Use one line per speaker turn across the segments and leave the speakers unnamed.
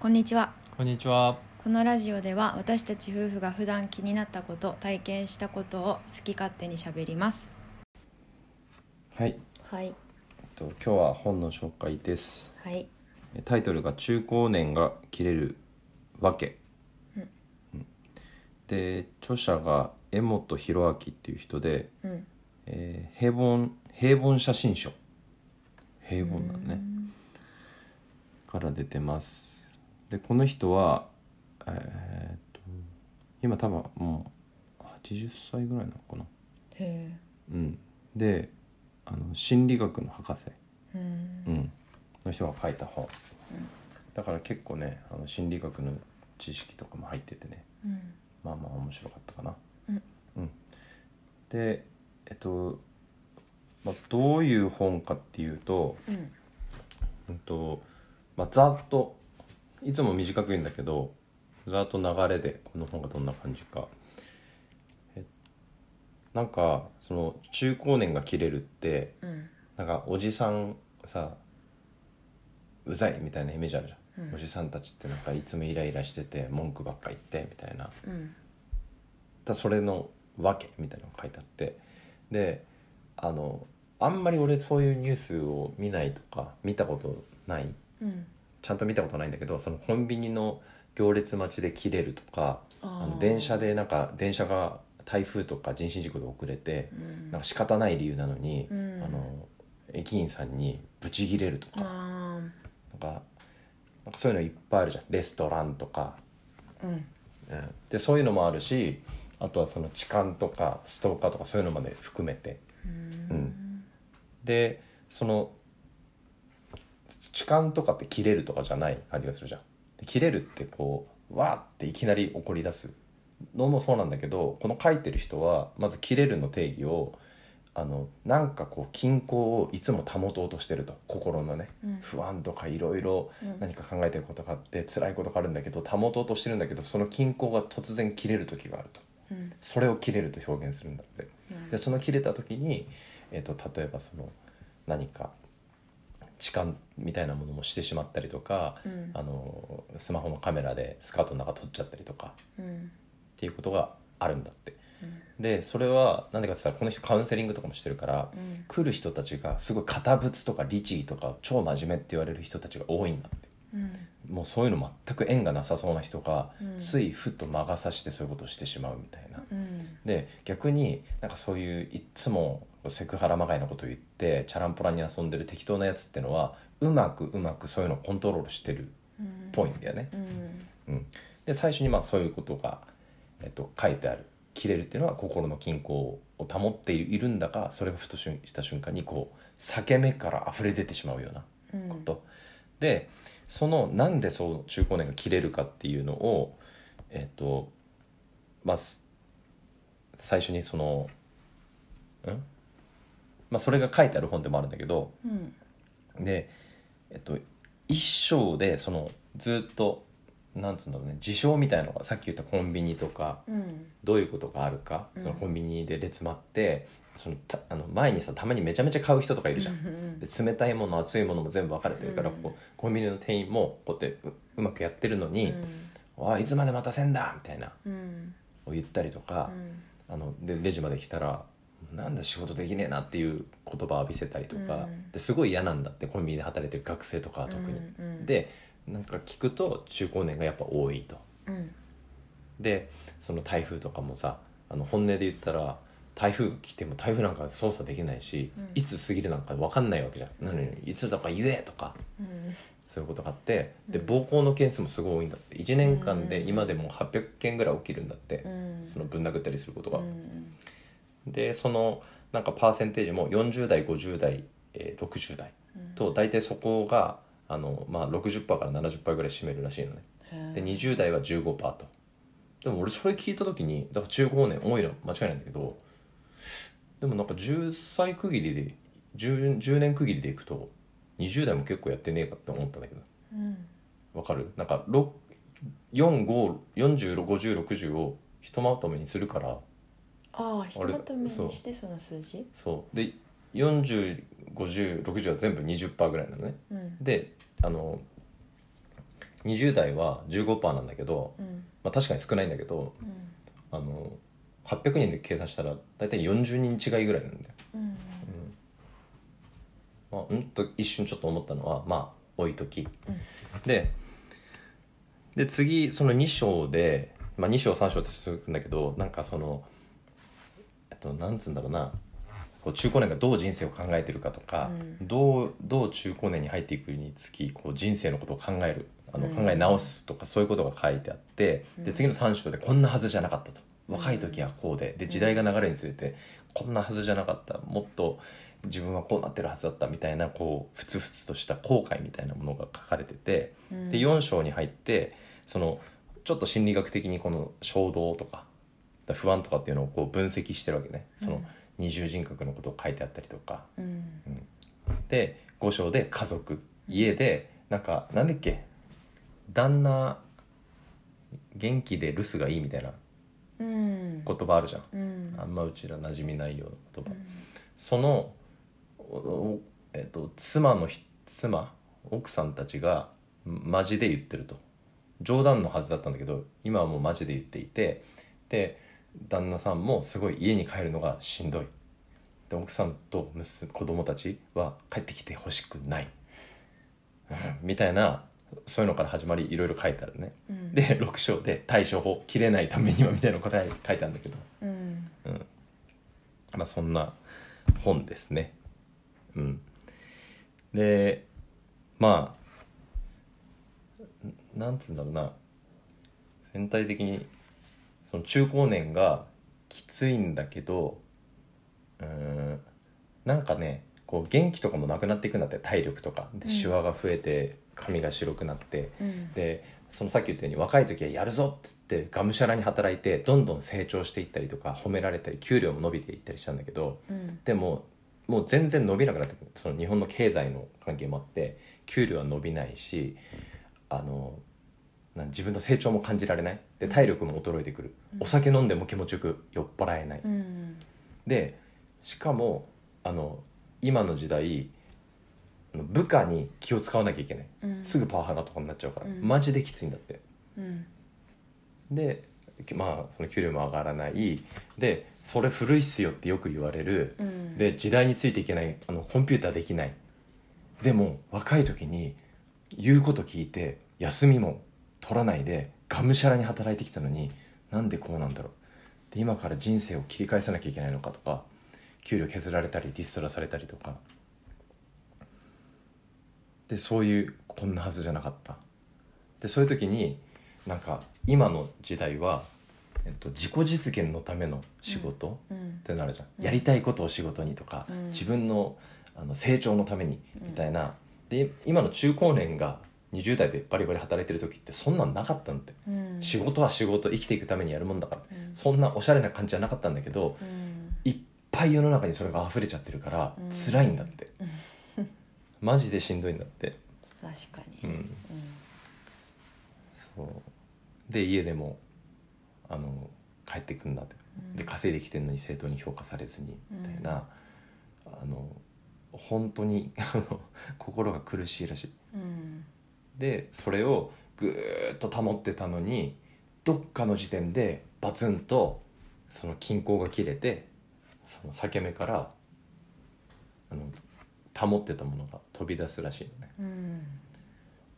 こんにちは
こんにちは。
このラジオでは私たち夫婦が普段気になったこと体験したことを好き勝手にしゃべります
はい。
はい
えっと今日は本の紹介です。
はい
えタイトルが中高年が切れるわけ。うんで著者が江本弘明っていう人で、
うん
えー平凡平凡写真書平凡なのねから出てますでこの人はえーっと今多分もう80歳ぐらいなのかな
へ
うんであの心理学の博士
えうん
うん、の人が書いた本、だから結構ねあの心理学の知識とかも入っててね
うん
まあまあ面白かったかな、
うん
でえっと、まあ、どういう本かっていうと、
うん
うんとまあ、ざっといつも短く言うんだけどざっと流れでこの本がどんな感じかえなんかその中高年が切れるって
うん
なんかおじさんさうざいみたいなイメージあるじゃん、
うん
おじさんたちってなんかいつもイライラしてて文句ばっか言ってみたいな
うん
だそれの訳みたいなのが書いてあってであのあんまり俺そういうニュースを見ないとか見たことない
うん
ちゃんと見たことないんだけどそのコンビニの行列待ちで切れるとかあの電車でなんか電車が台風とか人身事故で遅れて
うん
なんか仕方ない理由なのに、
うん
あの駅員さんにブチギレるとか,、
あ
なんかなんかそういうのいっぱいあるじゃんレストランとか、
ーうん
うんでそういうのもあるしあとはその痴漢とかストーカーとかそういうのまで含めて
うん
うんでその痴漢とかって切れるとかじゃない感じがするじゃん。で切れるってこうわーっていきなり怒り出すのもそうなんだけどこの書いてる人はまず切れるの定義をあのなんかこう均衡をいつも保とうとしてると心のね
うん
不安とかいろいろ
うん
何か考えてることがあって辛いことがあるんだけど保とうとしてるんだけどその均衡が突然切れる時があると
うん
それを切れると表現するんだって。でその切れた時に、えー、と例えばその何か痴漢みたいなものもしてしまったりとか、
うん
あのスマホのカメラでスカートの中撮っちゃったりとか
うん
っていうことがあるんだって。でそれはなんでかって言ったらこの人カウンセリングとかもしてるから、
うん
来る人たちがすごい堅物とか律儀とか超真面目って言われる人たちが多いんだって。
うん
もうそういうの全く縁がなさそうな人が、
うん
ついふっと魔が差してそういうことをしてしまうみたいな、
うん
で逆になんかそういういっつもセクハラまがいなことを言ってチャランポランに遊んでる適当なやつってのはうまくうまくそういうのをコントロールしてるっ
うん
ぽいんだよね。
うん
うん、で最初にまあそういうことが、えっと、書いてある切れるっていうのは心の均衡を保っているいるんだがそれがふとしゅんした瞬間にこう裂け目から溢れ出てしまうような
うん
こと。でそのなんでそう中高年が切れるかっていうのをえっ、とまあす最初にそのんまあそれが書いてある本でもあるんだけど
うん
でえっと一章でそのずっとなんつうんだろうね事象みたいなのがさっき言ったコンビニとか
うん
どういうことがあるか、
うん
そのコンビニで列待ってそのたあの前にさたまにめちゃめちゃ買う人とかいるじゃん
う、ん
で冷たいもの熱いものも全部分かれてるから、
うん
こうコンビニの店員もこうやってううまくやってるの
う
に
ん
「おいいつまで待たせんだ!」みたいな
うん
を言ったりとか、あのでレジまで来たら「なんで仕事できねえな」っていう言葉を浴びせたりとか、
うん
ですごい嫌なんだってコンビニで働いてる学生とかは特に。
うんうん
でなんか聞くと中高年がやっぱ多いと。
うん
でその台風とかもさあの本音で言ったら台風来ても台風なんか操作できないし、
うん
いつ過ぎるなんか分かんないわけじゃんなのにいつとか言えとか
うん
そういうことがあってで
うん
暴行の件数もすごい多いんだって1年間で今でも800件ぐらい起きるんだって、
うん
そのぶん殴ったりすることが、
うん
でそのなんかパーセンテージも40代50代、えー60代
うん
と大体そこがあの、まあ、60%から70%ぐらい占めるらしいのね
へー
で20代は15%とでも俺それ聞いた時にだから15年多いの間違いないんだけどでもなんか10歳区切りで 10, 10年区切りでいくと20代も結構やってねえかって思ったんだけど
うん
わかるなんかろ45405060をひとまとめにするから
ああひとまとめにしてその数字
そうで405060は全部20%ぐらいなのね
うん
であの20代は15%なんだけど、
うん
まあ、確かに少ないんだけど
うん
あの800人で計算したら大体40人違いぐらいなんだよ、
うん
まあ、うんと一瞬ちょっと思ったのはまあ置いとき、
うん
でで次その2章で、まあ、2章3章って続くんだけどなんかそのえっとなんつうんだろうなこう中高年がどう人生を考えてるかとか、
う
どうどう中高年に入っていくにつきこう人生のことを考えるあの
うん
考え直すとかそういうことが書いてあって、
う
で
ん
次の3章でこんなはずじゃなかったと若い時はこうでで時代が流れにつれてこんなはずじゃなかったもっと自分はこうなってるはずだったみたいなこうふつふつとした後悔みたいなものが書かれてて。
うん
で4章に入ってそのちょっと心理学的にこの衝動とか不安とかっていうのをこう分析してるわけねそうの
ん
二重人格のことを書いてあったりとか
うん
で5章で家族家でなんかなんだっけ旦那元気で留守がいいみたいな
うん
言葉あるじゃん
うん
あんまうちら馴染みないような言
う
葉
ん
その、おおえっと、妻のひ妻奥さんたちがんマジで言ってると冗談のはずだったんだけど今はもうマジで言っていてで旦那さんもすごい家に帰るのがしんどいで奥さんと娘子供たちは帰ってきてほしくない、うんみたいなそういうのから始まりいろいろ書いてあるね
うん
で6章で対処法切れないためにはみたいな答え書いてあるんだけど
うん
まあそんな本ですね。うん、でまあんなんつうんだろうな全体的にその中高年がきついんだけどうーんなんかねこう元気とかもなくなっていくんだって体力とかで
うん
シワが増えて髪が白くなって。
うん
でそのさっき言ったように若い時はやるぞって言ってがむしゃらに働いてどんどん成長していったりとか褒められたり給料も伸びていったりしたんだけど
うん
でももう全然伸びなくなってくるその日本の経済の関係もあって給料は伸びないしあのなん自分の成長も感じられないで体力も衰えてくるお酒飲んでも気持ちよく酔っ払えない
うん
でしかもあの今の時代あの部下に気を使わなきゃいけない
うん
すぐパワハラとかになっちゃうから
うん
マジできついんだって
うん
でまあその給料も上がらないでそれ古いっすよってよく言われる
うん
で時代についていけないあのコンピューターできないでも若い時に言うこと聞いて休みも取らないでがむしゃらに働いてきたのになんでこうなんだろうで今から人生を切り返さなきゃいけないのかとか給料削られたりリストラされたりとかでそういうこんなはずじゃなかったでそういう時になんか今の時代は、えっと、自己実現のための仕事、
うん
ってなるじゃん、
うん
やりたいことを仕事にとか、
うん
自分のあの成長のために
うん
みたいな、で今の中高年が20代でバリバリ働いてる時ってそんなんなかったんだって、
うん
仕事は仕事生きていくためにやるもんだから、
うん
そんなおしゃれな感じじゃなかったんだけど
うん
いっぱい世の中にそれが溢れちゃってるから
うん
辛いんだって、マジでしんどいんだって、
確か
う
に
ん、
うん
そうで家でもあの帰ってくんなって、
うん
で稼いできてるのに正当に評価されずにみたいな、あの本当にあの心が苦しいらしい
うん
でそれをぐーっと保ってたのにどっかの時点でバツンとその均衡が切れてその裂け目からあの保ってたものが飛び出すらしいのね
うん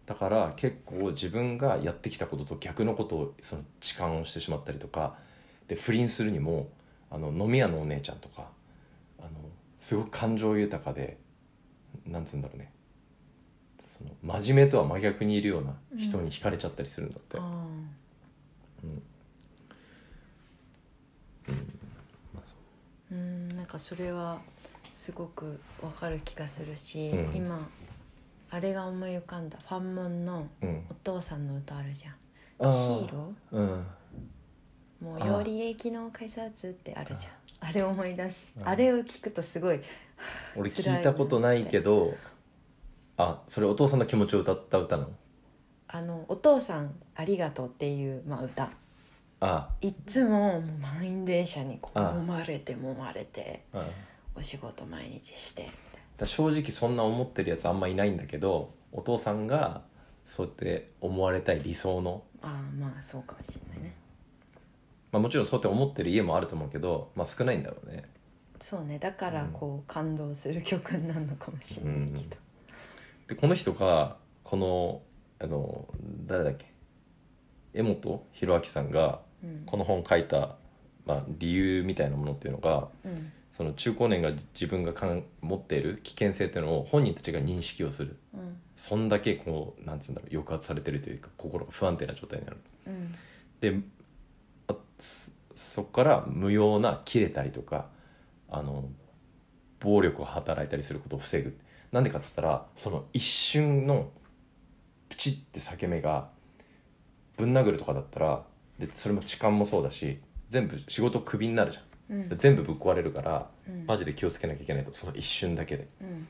だから結構自分がやってきたことと逆のことをその痴漢をしてしまったりとかで不倫するにもあの飲み屋のお姉ちゃんとかあのすごく感情豊かでなんつうんだろうねその真面目とは真逆にいるような人に惹かれちゃったりするんだって、
あ
ま
あ
あ
うんなんかそれはすごくわかる気がするし、
うん
今あれが思い浮かんだファンモンの
そううん
お父さんの歌あるじゃん「
あー
ヒーロ
うん
ー」も
あ
う
ー
より駅の改札ってあるじゃんあれ思い出し
あー
あれを聞くとすごい
俺
辛いな
聞いたことないけどあそれお父さんの気持ちを歌った歌なの
あの「お父さんありがとう」っていう、まあ、歌
あ
いっつももう満員電車にこう
あー
揉まれて揉まれて
ああ
お仕事毎日してみたいな
だから正直そんな思ってるやつあんまいないんだけどお父さんがそうやって思われたい理想の、
ああまあそうかもしれないね
まあ、もちろんそうやって思ってる家もあると思うけど、まあ、少ないんだろうね
そうねだからこう感動する曲になるのかもしれないけど、
でこの人がこのあの誰だっけ江本弘明さんが
うん
この本を書いた、まあ、理由みたいなものっていうのが
うん
その中高年が自分がかん持っている危険性っていうのを本人たちが認識をする
うん
そんだけこうなんつうんだろう抑圧されてるというか心が不安定な状態になる
うん
であそそこから無用な切れたりとかあの暴力を働いたりすることを防ぐなんでかっつったらその一瞬のプチって裂け目がぶん殴るとかだったらでそれも痴漢もそうだし全部仕事クビになるじゃん
うん
で全部ぶっ壊れるから
うん
マジで気をつけなきゃいけないとその一瞬だけで
うん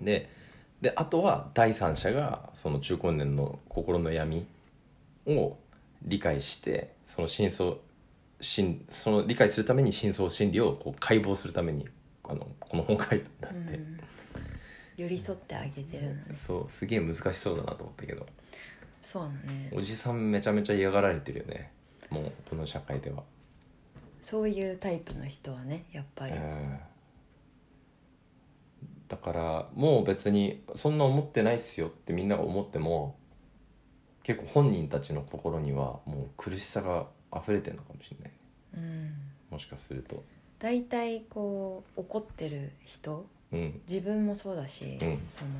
でであとは第三者がその中高年の心の闇を理解してその真相真その理解するために真相心理をこう解剖するためにあのこの本を書いた
うん
だって、
ん寄り添ってあげてるのね
そうすげえ難しそうだなと思ったけど
そうだね
おじさんめちゃめちゃ嫌がられてるよねもうこの社会では、
そういうタイプの人はねやっぱり、
うんだからもう別にそんな思ってないっすよってみんなが思っても結構本人たちの心にはもう苦しさが溢れてるのかもしれないね
うん
もしかすると
大体こう怒ってる人
うん
自分もそうだし、
うん
その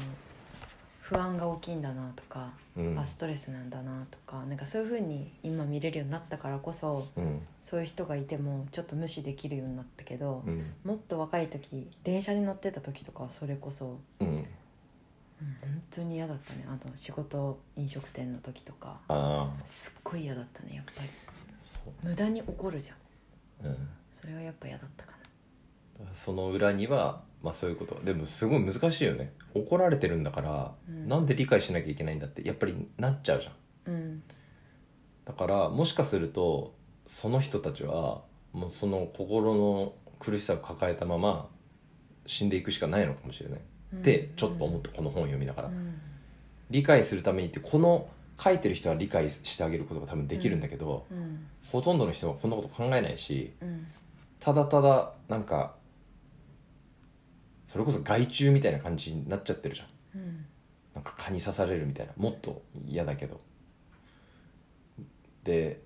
不安が大きいんだなとか、
うん
あストレスなんだなとかなんかそういう風に今見れるようになったからこそ
うん
そういう人がいてもちょっと無視できるようになったけど
う、ん
もっと若い時電車に乗ってた時とかはそれこそ、
うん
うん本当に嫌だったねあと仕事飲食店の時とか
ああ
すっごい嫌だったねやっぱり
そ
無駄に怒るじゃん
ううん
それはやっぱ嫌だったかな
その裏にはまあそういうことでもすごい難しいよね怒られてるんだから、
うん
なんで理解しなきゃいけないんだってやっぱりなっちゃうじゃん
うん
だからもしかするとその人たちはもうその心の苦しさを抱えたまま死んでいくしかないのかもしれないってちょっと思ったこの本を読みながら、
うん
理解するためにってこの書いてる人は理解してあげることが多分できるんだけど、
うん
ほとんどの人はこんなこと考えないし
うん
ただただなんかそれこそ害虫みたいな感じになっちゃってるじゃん
うん
なんか蚊に刺されるみたいなもっと嫌だけどで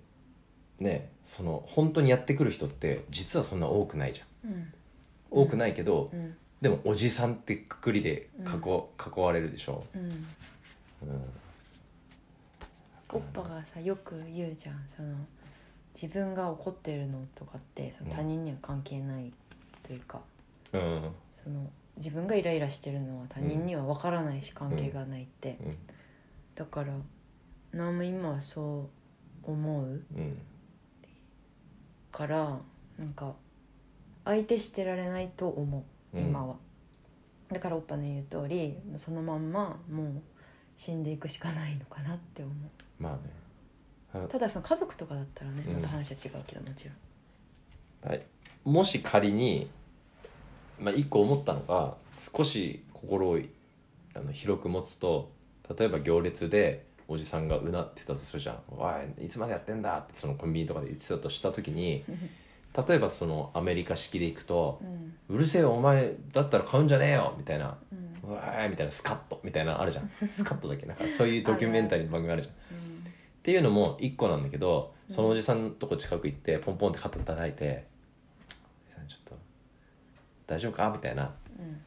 ねその本当にやってくる人って実はそんな多くないじゃん
うん
多くないけど、
うん
でもおじさんってくくりで囲,、囲われるでしょ、
うん
うん、
おっぱがさよく言うじゃんその自分が怒ってるのとかってその
うん
他人には関係ないというか、
うん
その自分がイライラしてるのは他人には分からないし関係がないって、
うん
だから何も今はそう思う
うん
からなんか相手してられないと思う
うん
今は、だからおっぱの言う通りそのまんまもう死んでいくしかないのかなって思う
まあねあ
ただその家族とかだったらね
うん
また話は違うけどもちろん
はい、もし仮に、まあ、一個思ったのが少し心をあの広く持つと例えば行列でおじさんがうなってたとするじゃん「おいいつまでやってんだ」ってそのコンビニとかで言ってたとした時に例えばそのアメリカ式で行くと
うん
「うるせえよお前だったら買うんじゃねえよ」みたいな
うん
「うわーい」みたいなスカッとみたいなのあるじゃんスカッとだっけなんかそういうドキュメンタリーの番組あるじゃん。
うん
っていうのも一個なんだけどそのおじさんのとこ近く行ってポンポンって肩叩いて「おじさんちょっと大丈夫か?」みたいな
うん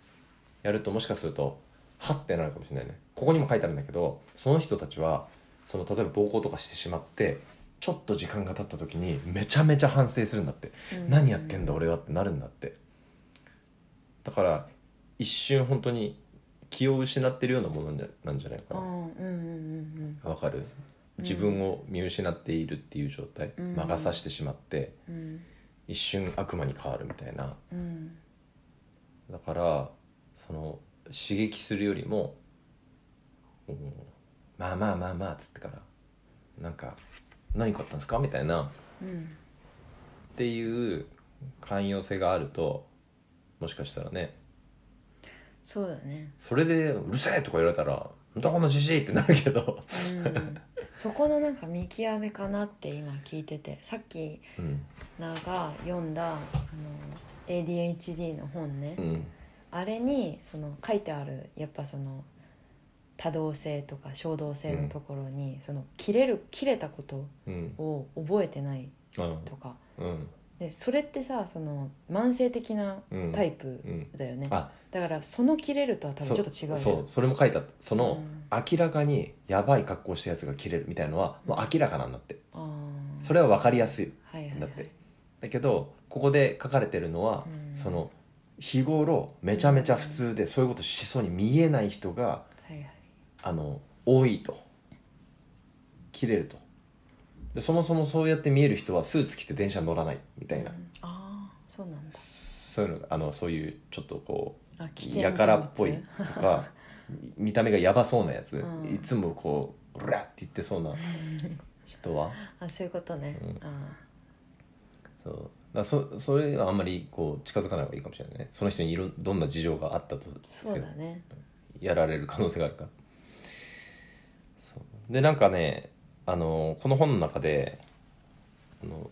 やるともしかすると「はっ」てなるかもしれないねここにも書いてあるんだけどその人たちはその例えば暴行とかしてしまってちょっと時間が経った時にめちゃめちゃ反省するんだって、
うん
何やってんだ俺はってなるんだってだから一瞬本当に気を失ってるようなものなんじゃなんじゃないか
あ
な
あうんうんうん
わかる自分を見失っているっていう状態、
うん
魔が差してしまって
うんうん
一瞬悪魔に変わるみたいな
うん
だからその刺激するよりもうんまあまあまあまあっつってからなんか何買ったんですかみたいな
うん
っていう寛容性があるともしかしたらね
そうだね
それで「うるせえ!」とか言われたら「どこのじじい!」ってなるけど、
うん、そこのなんか見極めかなって今聞いててさっき
うん
なが読んだあの ADHD の本ね、
うん
あれにその書いてあるやっぱその多動性とか衝動性のところに、その切れる切れたこと
うん
を覚えてない
なるほ
とか
どうん
でそれってさその慢性的な
うん
タイプ
うん
だよね、
あ
だからその切れるとは多分
そ
ちょっと違うよね
そうそれも書いてあったその、
うん
明らかにやばい格好したやつが切れるみたいのはもう明らかなんだって
あー
それは分かりやすい
はいはいはい
だってだけどここで書かれてるのは、
うん
その日頃めちゃめちゃ普通でそういうことしそうに見えない人が
はいはい
あの多いと切れるとでそもそもそうやって見える人はスーツ着て電車乗らないみたいな、
うんああそうなんだ
そういうのがあのそういうちょっとこう
あ危険
やからっぽい
人物
とか見た目がやばそうなやつ、
うん
いつもこう「うら」って言ってそうな人は
あそういうことね、
うん
あ
そうだからそそれはあんまりこう近づかない方がいいかもしれないねその人にいろんどんな事情があったと
ーそうだね
やられる可能性があるからそうでなんかねあのこの本の中であの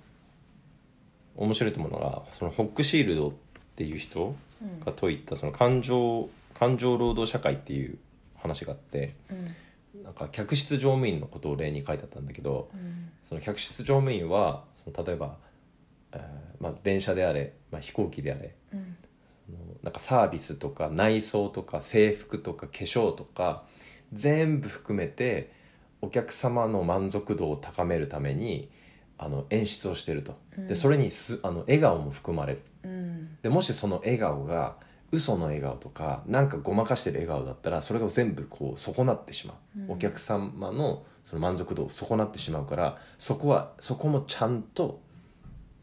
面白いと思うのがそのホックシールドっていう人
うん
が説いたその感情感情労働社会っていう話があって
うん
なんか客室乗務員のことを例に書いてあったんだけど
うん
その客室乗務員はその例えば、えーまあ、電車であれ、まあ、飛行機であれ
うん
あのなんかサービスとか内装とか制服とか化粧とか全部含めてお客様の満足度を高めるためにあの演出をしてると、
う
で
ん
それにすあの笑顔も含まれる
うん
でもしその笑顔が嘘の笑顔とかなんかごまかしてる笑顔だったらそれが全部こう損なってしまう、
うん
お客様のその満足度を損なってしまうからそこはそこもちゃんと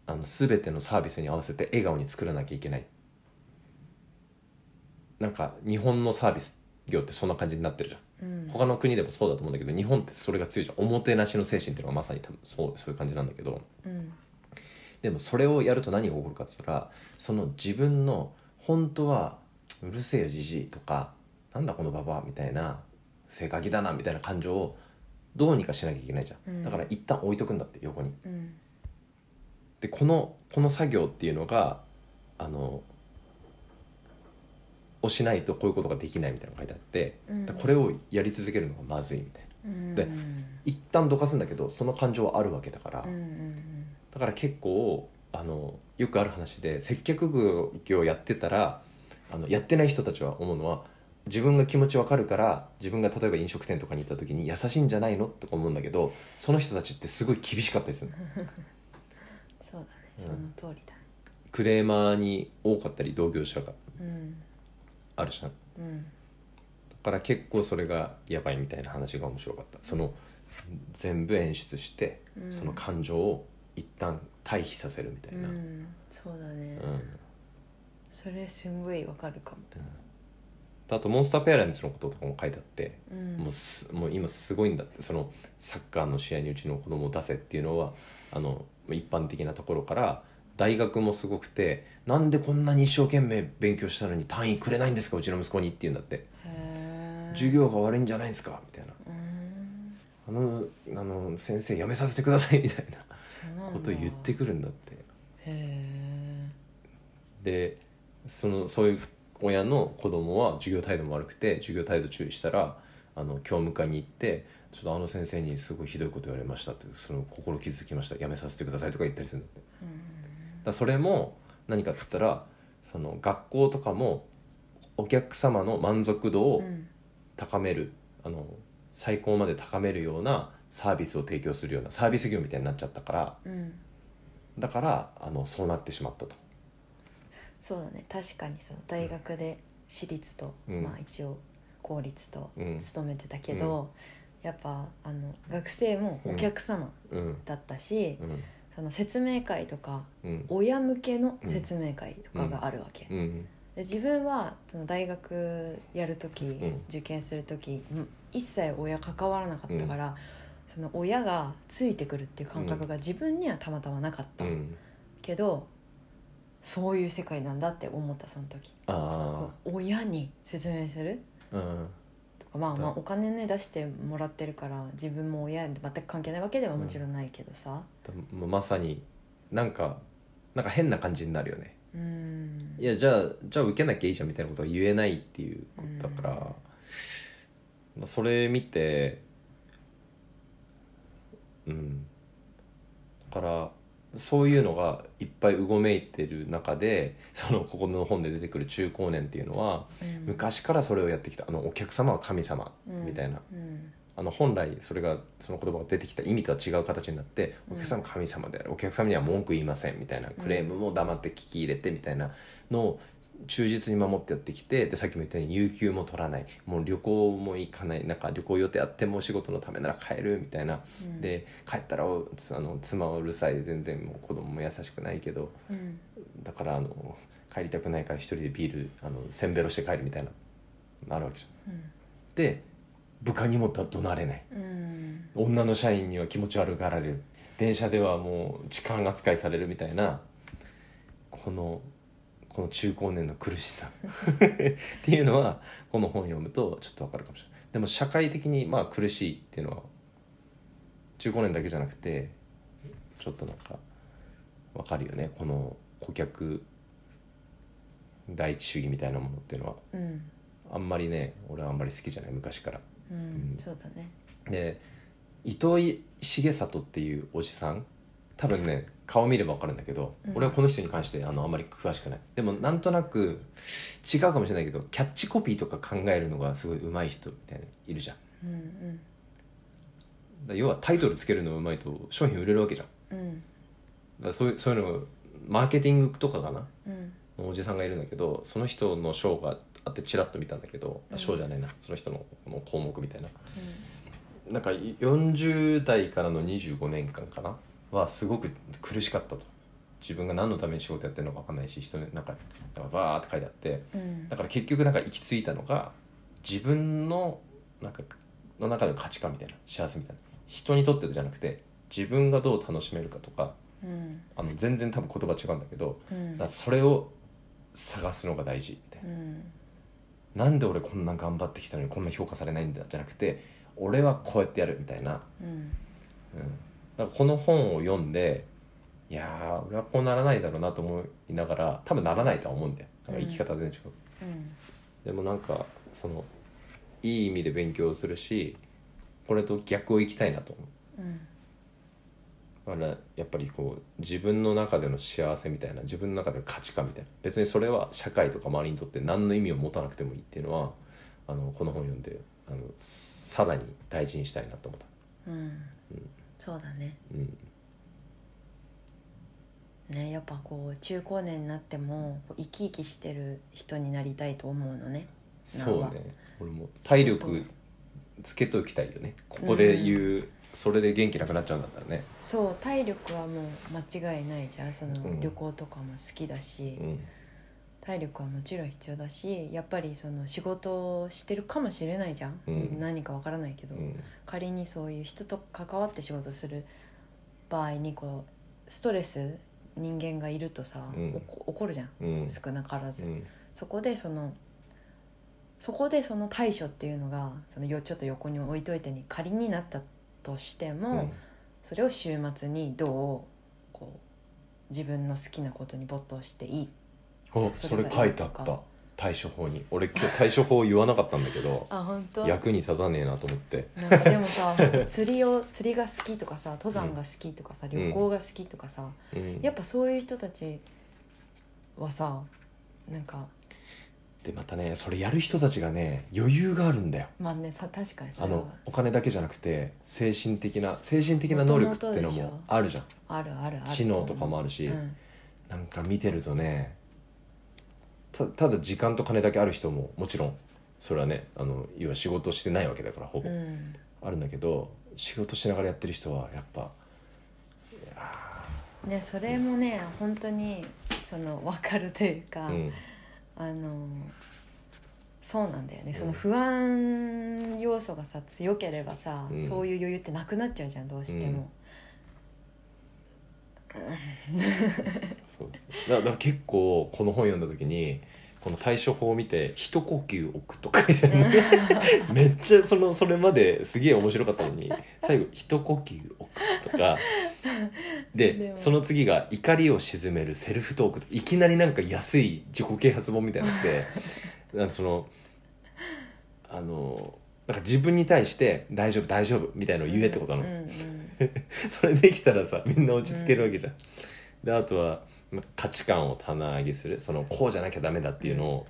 あの全てのサービスに合わせて笑顔に作らなきゃいけないなんか日本のサービス業ってそんな感じになってるじゃん
うん
他の国でもそうだと思うんだけど日本ってそれが強いじゃんおもてなしの精神っていうのがまさに多分そうそういう感じなんだけど、
うん
でもそれをやると何が起こるかっつったらその自分の本当は「うるせえよじじい」とか「なんだこのババア」みたいな「性格だな」みたいな感情をどうにかしなきゃいけないじゃん、
うん
だから一旦置いとくんだって横に
うん
でこのこの作業っていうのがあのをしないとこういうことができないみたいなのが書いてあって、
うん
でこれをやり続けるのがまずいみたいな
うん
で
うん
一旦どかすんだけどその感情はあるわけだから、
うんうん
だから結構あのよくある話で接客業やってたらあのやってない人たちは思うのは自分が気持ちわかるから自分が例えば飲食店とかに行った時に優しいんじゃないのとか思うんだけどその人たちってすごい厳しかったりするの
そうだ
う
ね
ん
その通りだ
クレーマーに多かったり同業者が
うん
あるじゃんだ
うん
から結構それがやばいみたいな話が面白かったその全部演出して
うん
その感情を一旦退避させるみたいうな、
んそうだね
うん、
それすんごいわかるかも
あとモンスターペアレンツのこととかも書いてあって
うん
もうすもう今すごいんだってそのサッカーの試合にうちの子供を出せっていうのはあの一般的なところから大学もすごくてなんでこんなに一生懸命勉強したのに単位くれないんですかうちの息子にっていうんだって
へー
授業が悪いんじゃないですかみたいな
うん
あのあの先生やめさせてくださいみた
そう
い
なん
な
だ
ことを言ってくるんだって
へえ
でそのそういう親の子供は授業態度も悪くて授業態度注意したらあの教務会に行って「ちょっとあの先生にすごいひどいこと言われました」ってその心傷つきましたやめさせてくださいとか言ったりするんだってだからそれも何かって言ったらその学校とかもお客様の満足度
う
を
ん
高める、あの最高まで高めるようなサービスを提供するようなサービス業みたいになっちゃったから
うん
だからあのそうなってしまったと。
そうだね確かにさ大学で私立と、
うん
まあ一応公立と
うん
勤めてたけど、やっぱあの学生もお客様
うん
だったし、
うん
その説明会とか
うん
親向けの説明会とかがあるわけ、
うん
で自分はその大学やる時、
ん
受験する時、一切親関わらなかったから、その親がついてくるっていう感覚が自分にはたまたまなかっ
う
た、
ん
けどそういう世界なんだって思ったその時
あ
親に説明する
あ、うん、
とかまあまあ
だ
お金ね出してもらってるから自分も親に全く関係ないわけではもちろんないけどさ
だもうまさになんかなんか変な感じになるよね
うん
いやじゃあじゃあ受けなきゃいいじゃんみたいなことは言えないっていうことだから、
うん
まあそれ見てうんだからそういうのがいっぱいうごめいてる中でそのここの本で出てくる中高年っていうのは
うん
昔からそれをやってきたあのお客様は神様
うん
みたいな、
うん
あの本来それがその言葉が出てきた意味とは違う形になって
う
お
ん
客様は神様であるお客様には文句言いませんみたいなクレームも黙って聞き入れてみたいなのを忠実に守ってやってきてでさっきも言ったように有給も取らないもう旅行も行かないなんか旅行予定あってもお仕事のためなら帰るみたいな
うん
で帰ったらおつあの妻はうるさいで全然もう子供も優しくないけど
うん
だからあの帰りたくないから一人でビールあのせんべろして帰るみたいなのあるわけじゃん。
うん
で部下にもだ怒鳴れない。
うん
女の社員には気持ち悪がられる電車ではもう痴漢扱いされるみたいなこのこの中高年の苦しさ っていうのはこの本読むとちょっとわかるかもしれないでも社会的にまあ苦しいっていうのは中高年だけじゃなくてちょっとなんかわかるよねこの顧客第一主義みたいなものっていうのは
うん
あんまりね俺はあんまり好きじゃない昔から。
うんそうだね
で糸井重里っていうおじさん多分ね顔見れば分かるんだけど、
うん
俺はこの人に関してあのあんまり詳しくないでもなんとなく違うかもしれないけどキャッチコピーとか考えるのがすごい上手い人みたいないるじゃん
うん
だ要はタイトルつけるの上手いと商品売れるわけじゃんだ
うんうん
からそういうそういうのマーケティングとかかな
うん
のおじさんがいるんだけどその人の章があってチラッと見たんだけど、
うん
章じゃないなその人のこの項目みたいななんかい40代からの25年間かなはすごく苦しかったと自分が何のために仕事やってるのか分かんないし人になんかなんかバーって書いてあって
うん
だから結局なんか行き着いたのが自分のなんかの中の価値観みたいな幸せみたいな人にとってじゃなくて自分がどう楽しめるかとか
うん
あの全然多分言葉違うんだけど
うん
だからそれを探すのが大事みたいな。
うん
なんで俺こんな頑張ってきたのにこんな評価されないんだじゃなくて俺はこうやってやるみたいな
うん
うん、だからこの本を読んでいやー俺はこうならないだろうなと思いながら多分ならないとは思うんだよなんか生き方は全然違う、
うん
でもなんかそのいい意味で勉強するしこれと逆をいきたいなと思
うん
うだからやっぱりこう自分の中での幸せみたいな自分の中での価値観みたいな別にそれは社会とか周りにとって何の意味を持たなくてもいいっていうのはあのこの本読んであのさらに大事にしたいなと思った。
うんそうだね
うん
ねやっぱこう中高年になってもこう生き生きしてる人になりたいと思うのね
そう
なんか
ね俺も体力つけときたいよねここで言う、それで元気なくなっちゃうんだったらね
そう体力はもう間違いないじゃんその
うん
旅行とかも好きだし、
うん
体力はもちろん必要だしやっぱりその仕事をしてるかもしれないじゃん、
うん
何かわからないけ
う
ど、
ん
仮にそういう人と関わって仕事する場合にこうストレス人間がいるとさ、
うん
おこ怒るじゃん
うん
少なからず、
うん
そこでそのそこでその対処っていうのがそのよちょっと横に置いといてに仮になったとしても、
うん
それを週末にどうこう自分の好きなことに没頭していい
おそれ書いてあった対処法に俺今日対処法言わなかったんだけど
あ本当
役に立たねえなと思って
なんかでもさ釣りを釣りが好きとかさ登山が好きとかさ、旅行が好きとかさ、
うん
やっぱそういう人たちはさなんか
でまたねそれやる人たちがね余裕があるんだよ
まあねさ確かにそ
あ
れは
のお金だけじゃなくて精神的な精神的な能力っていうのもあるじゃん
あるあるある
知能とかもあるし、
うん
なんか見てるとねたただ時間と金だけある人ももちろんそれはねあの要は仕事してないわけだからほぼ、
うん
あるんだけど仕事しながらやってる人はやっぱ
ねそれもね本当にその分かるというか、
うん
あのそうなんだよねその不安要素がさ強ければさ、
うん
そういう余裕ってなくなっちゃうじゃんどうしても、
そうそうだだから結構この本読んだ時にここの対処法を見て一呼吸置くとか書いて あるねめっちゃそのそれまですげえ面白かったのに最後一呼吸置くとかで
でも
その次が怒りを鎮めるセルフトークといきなりなんか安い自己啓発本みたいになってなんかそのあのなんか自分に対して大丈夫大丈夫みたいなのを言えってことなの、
うんうん
それできたらさみんな落ち着けるわけじゃん、であとはまあ価値観を棚上げするそのこうじゃなきゃダメだっていうのを、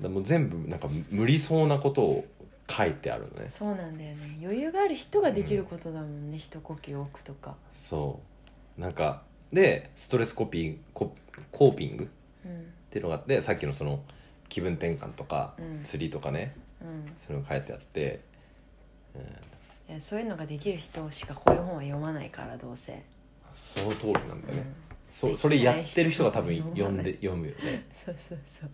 だもう全部なんか無理そうなことを書いてあるのね
そうなんだよね余裕がある人ができることだもんね、一呼吸置くとか、
そうなんかでストレスコピーココーピングっ
うん
ていうのがあってさっきのその気分転換とか、
うん
釣りとかね
うん、
そういうの書いてあって、うん、
いやそういうのができる人しかこういう本は読まないからどうせ、
その通りなん
う
だよね、
ん
そうそれやってる人が多分読んで読むよね
そうそうそう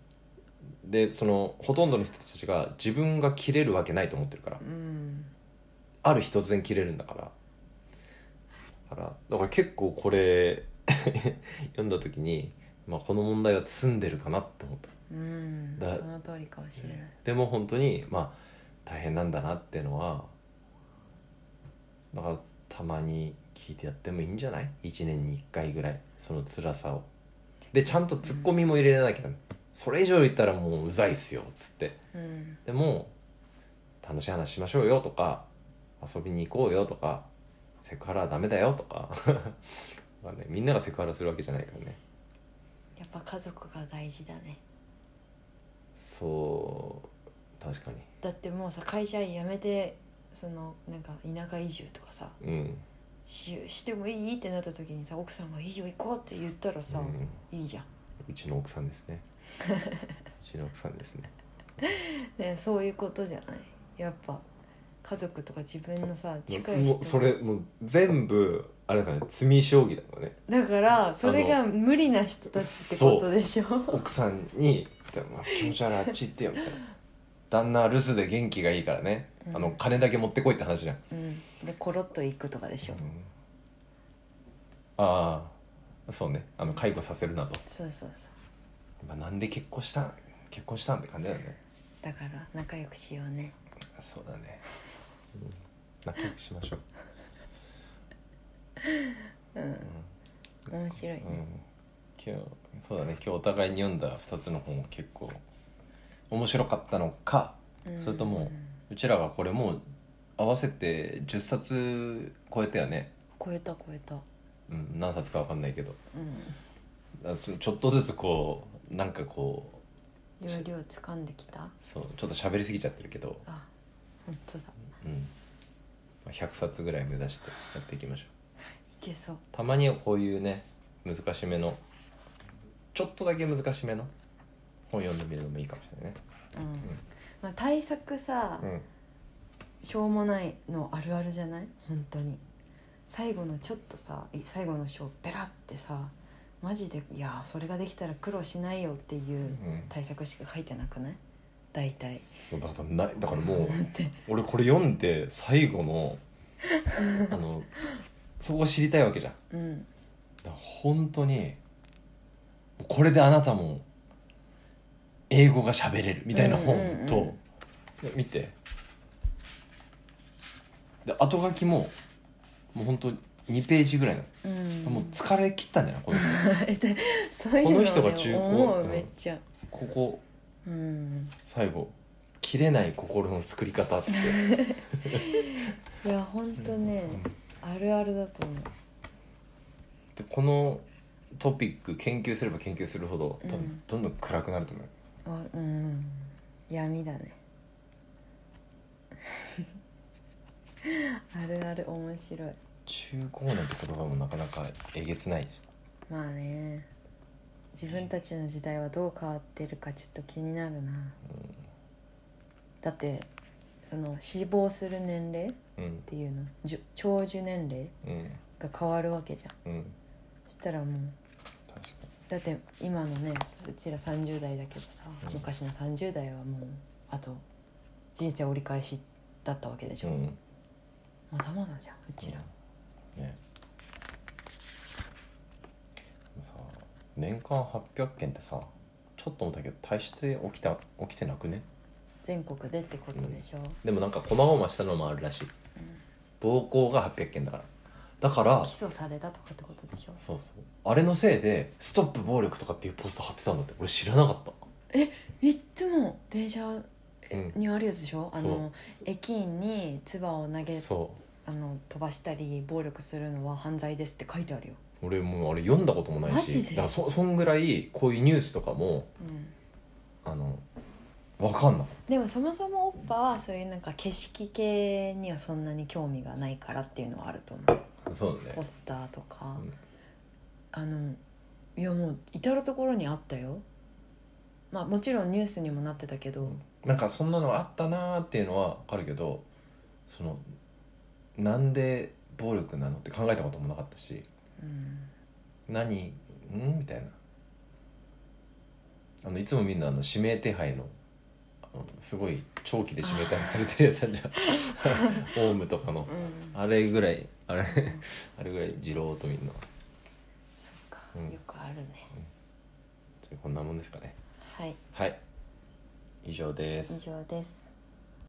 でそのほとんどの人たちが自分が切れるわけないと思ってるから
うん
ある日突然切れるんだからだからだから結構これ 読んだ時に、まあ、この問題は詰んでるかなって思った
うん
だ
その通りかもしれない、
でも本当にまあ大変なんだなっていうのはだからたまに聞いてやってもいいんじゃない1年に1回ぐらいその辛さをでちゃんとツッコミも入れなきゃダメそれ以上言ったらもううざいっすよっつって
うん
でも楽しい話しましょうよとか遊びに行こうよとかセクハラはダメだよとか まあねみんながセクハラするわけじゃないからね
やっぱ家族が大事だね
そう確か
だってもうさ会社辞めてそのなんか田舎移住とかさ
にうん
ししてもいいってなった時にさ奥さんが「いいよ行こう」って言ったらさ、
うん
いいじゃん、
うちの奥さんで すねうちの奥さんですね
ね、そういうことじゃないやっぱ家族とか自分のさ近い
も
人
うそれもう全部あれだからね詰将棋だもんね
だからそれが無理な人たちってことでしょ
奥さんに「でもまあ気持ち悪いあっち行ってよ」みたいな「旦那は留守で元気がいいからね、あの金だけ持ってこい」って話じゃん
うん、でコロッと行くとかでしょ、
ああそうねあの介護させるなと、
そうそうそう
まあ、なんで結婚したん結婚したんって感じだよね
だから仲良くしようね
そうだね、うん仲良くしましょう、
面白いね、
うん、今日そうだね今日お互いに読んだ2つの本結構面白かったのか、
うん
それともうちらがこれもう合わせて10冊超えたよね、
超えた超えた
うん、何冊か分かんないけど
うん
あそちょっとずつこうなんかこう
要領掴んできた
そうちょっと喋りすぎちゃってるけど、
あ本当だ
うん、まあ100冊ぐらい目指してやっていきましょう
いけそう
たまにはこういうね難しめのちょっとだけ難しめの本読んでみるのもいいかもしれないね
うん、まあ、対策さ、
うん
しょうもないのあるあるじゃない本当に最後のちょっとさい最後の章ペラってさマジでいやーそれができたら苦労しないよっていう
うん
対策しか書いてなくない大体
そうだからないだからも う
だって
俺これ読んで最後のあのそこ知りたいわけじゃん
うん
だから本当にこれであなたも英語が喋れるみたいな本と、
うんうん
見てで後書きももう本当二2ページぐらいなの、
うん
もう疲れ切ったんじゃないこの人
そういうの
この人が中古
思う
うん
めっちゃ
ここ
うん
最後切れない心の作り 方って
いやほんとねあるあるだと思う
でこのトピック研究すれば研究するほど多
うん
分どんどん暗くなると思う、
あうん闇だね あるある面白い
中高年って言葉もなかなかえげつない
まあね自分たちの時代はどう変わってるかちょっと気になるな、だってその死亡する年齢っ
うん
ていうのじゅ長寿年齢
うん
が変わるわけじゃん
うん
そしたらもう
確かに
だって今のねうちら30代だけどさ
うん
昔の30代はもうあと人生折り返しだったわけでしょ、
うん
まだまだじゃんうちら、
ねさ年間800件ってさちょちょっと思ったけど大して起きた起きてなくね
全国でってことでしょ、
でもなんか細々したのもあるらしい暴行が800件だからだから
起訴されたとかってことでしょ
そうそうあれのせいで「ストップ暴力」とかっていうポスト貼ってたんだって俺知らなかっ
いっつも電車
た、うん、
にあるやつでしょあの
そ
駅員に唾を投げ
そ
あの飛ばしたり暴力するのは犯罪ですって書いてあるよ、
う俺もうあれ読んだこともない
マジで
しだからそそんぐらいこういうニュースとかも
うん、
あのわかんない
でもそもそもオッパはそういうなんか景色系にはそんなに興味がないからっていうのはあると思う
そうだ
ポ
ね
スターとか、
うん
あのいやもう至る所にあったよまあもちろんニュースにもなってたけど、
なんかそんなのあったなーっていうのはわかるけどそのなんで暴力なのって考えたこともなかったし
うん
何んみたいなあのいつもみんなあの指名手配のあのすごい長期で指名手配されてるやつあるじゃんオウムとかの
うん、
あれぐらいあれあれぐらいじろーっとみんな
そっか、
うん
よくあるね
こんなもんですかね
はい
はい以上です
以上です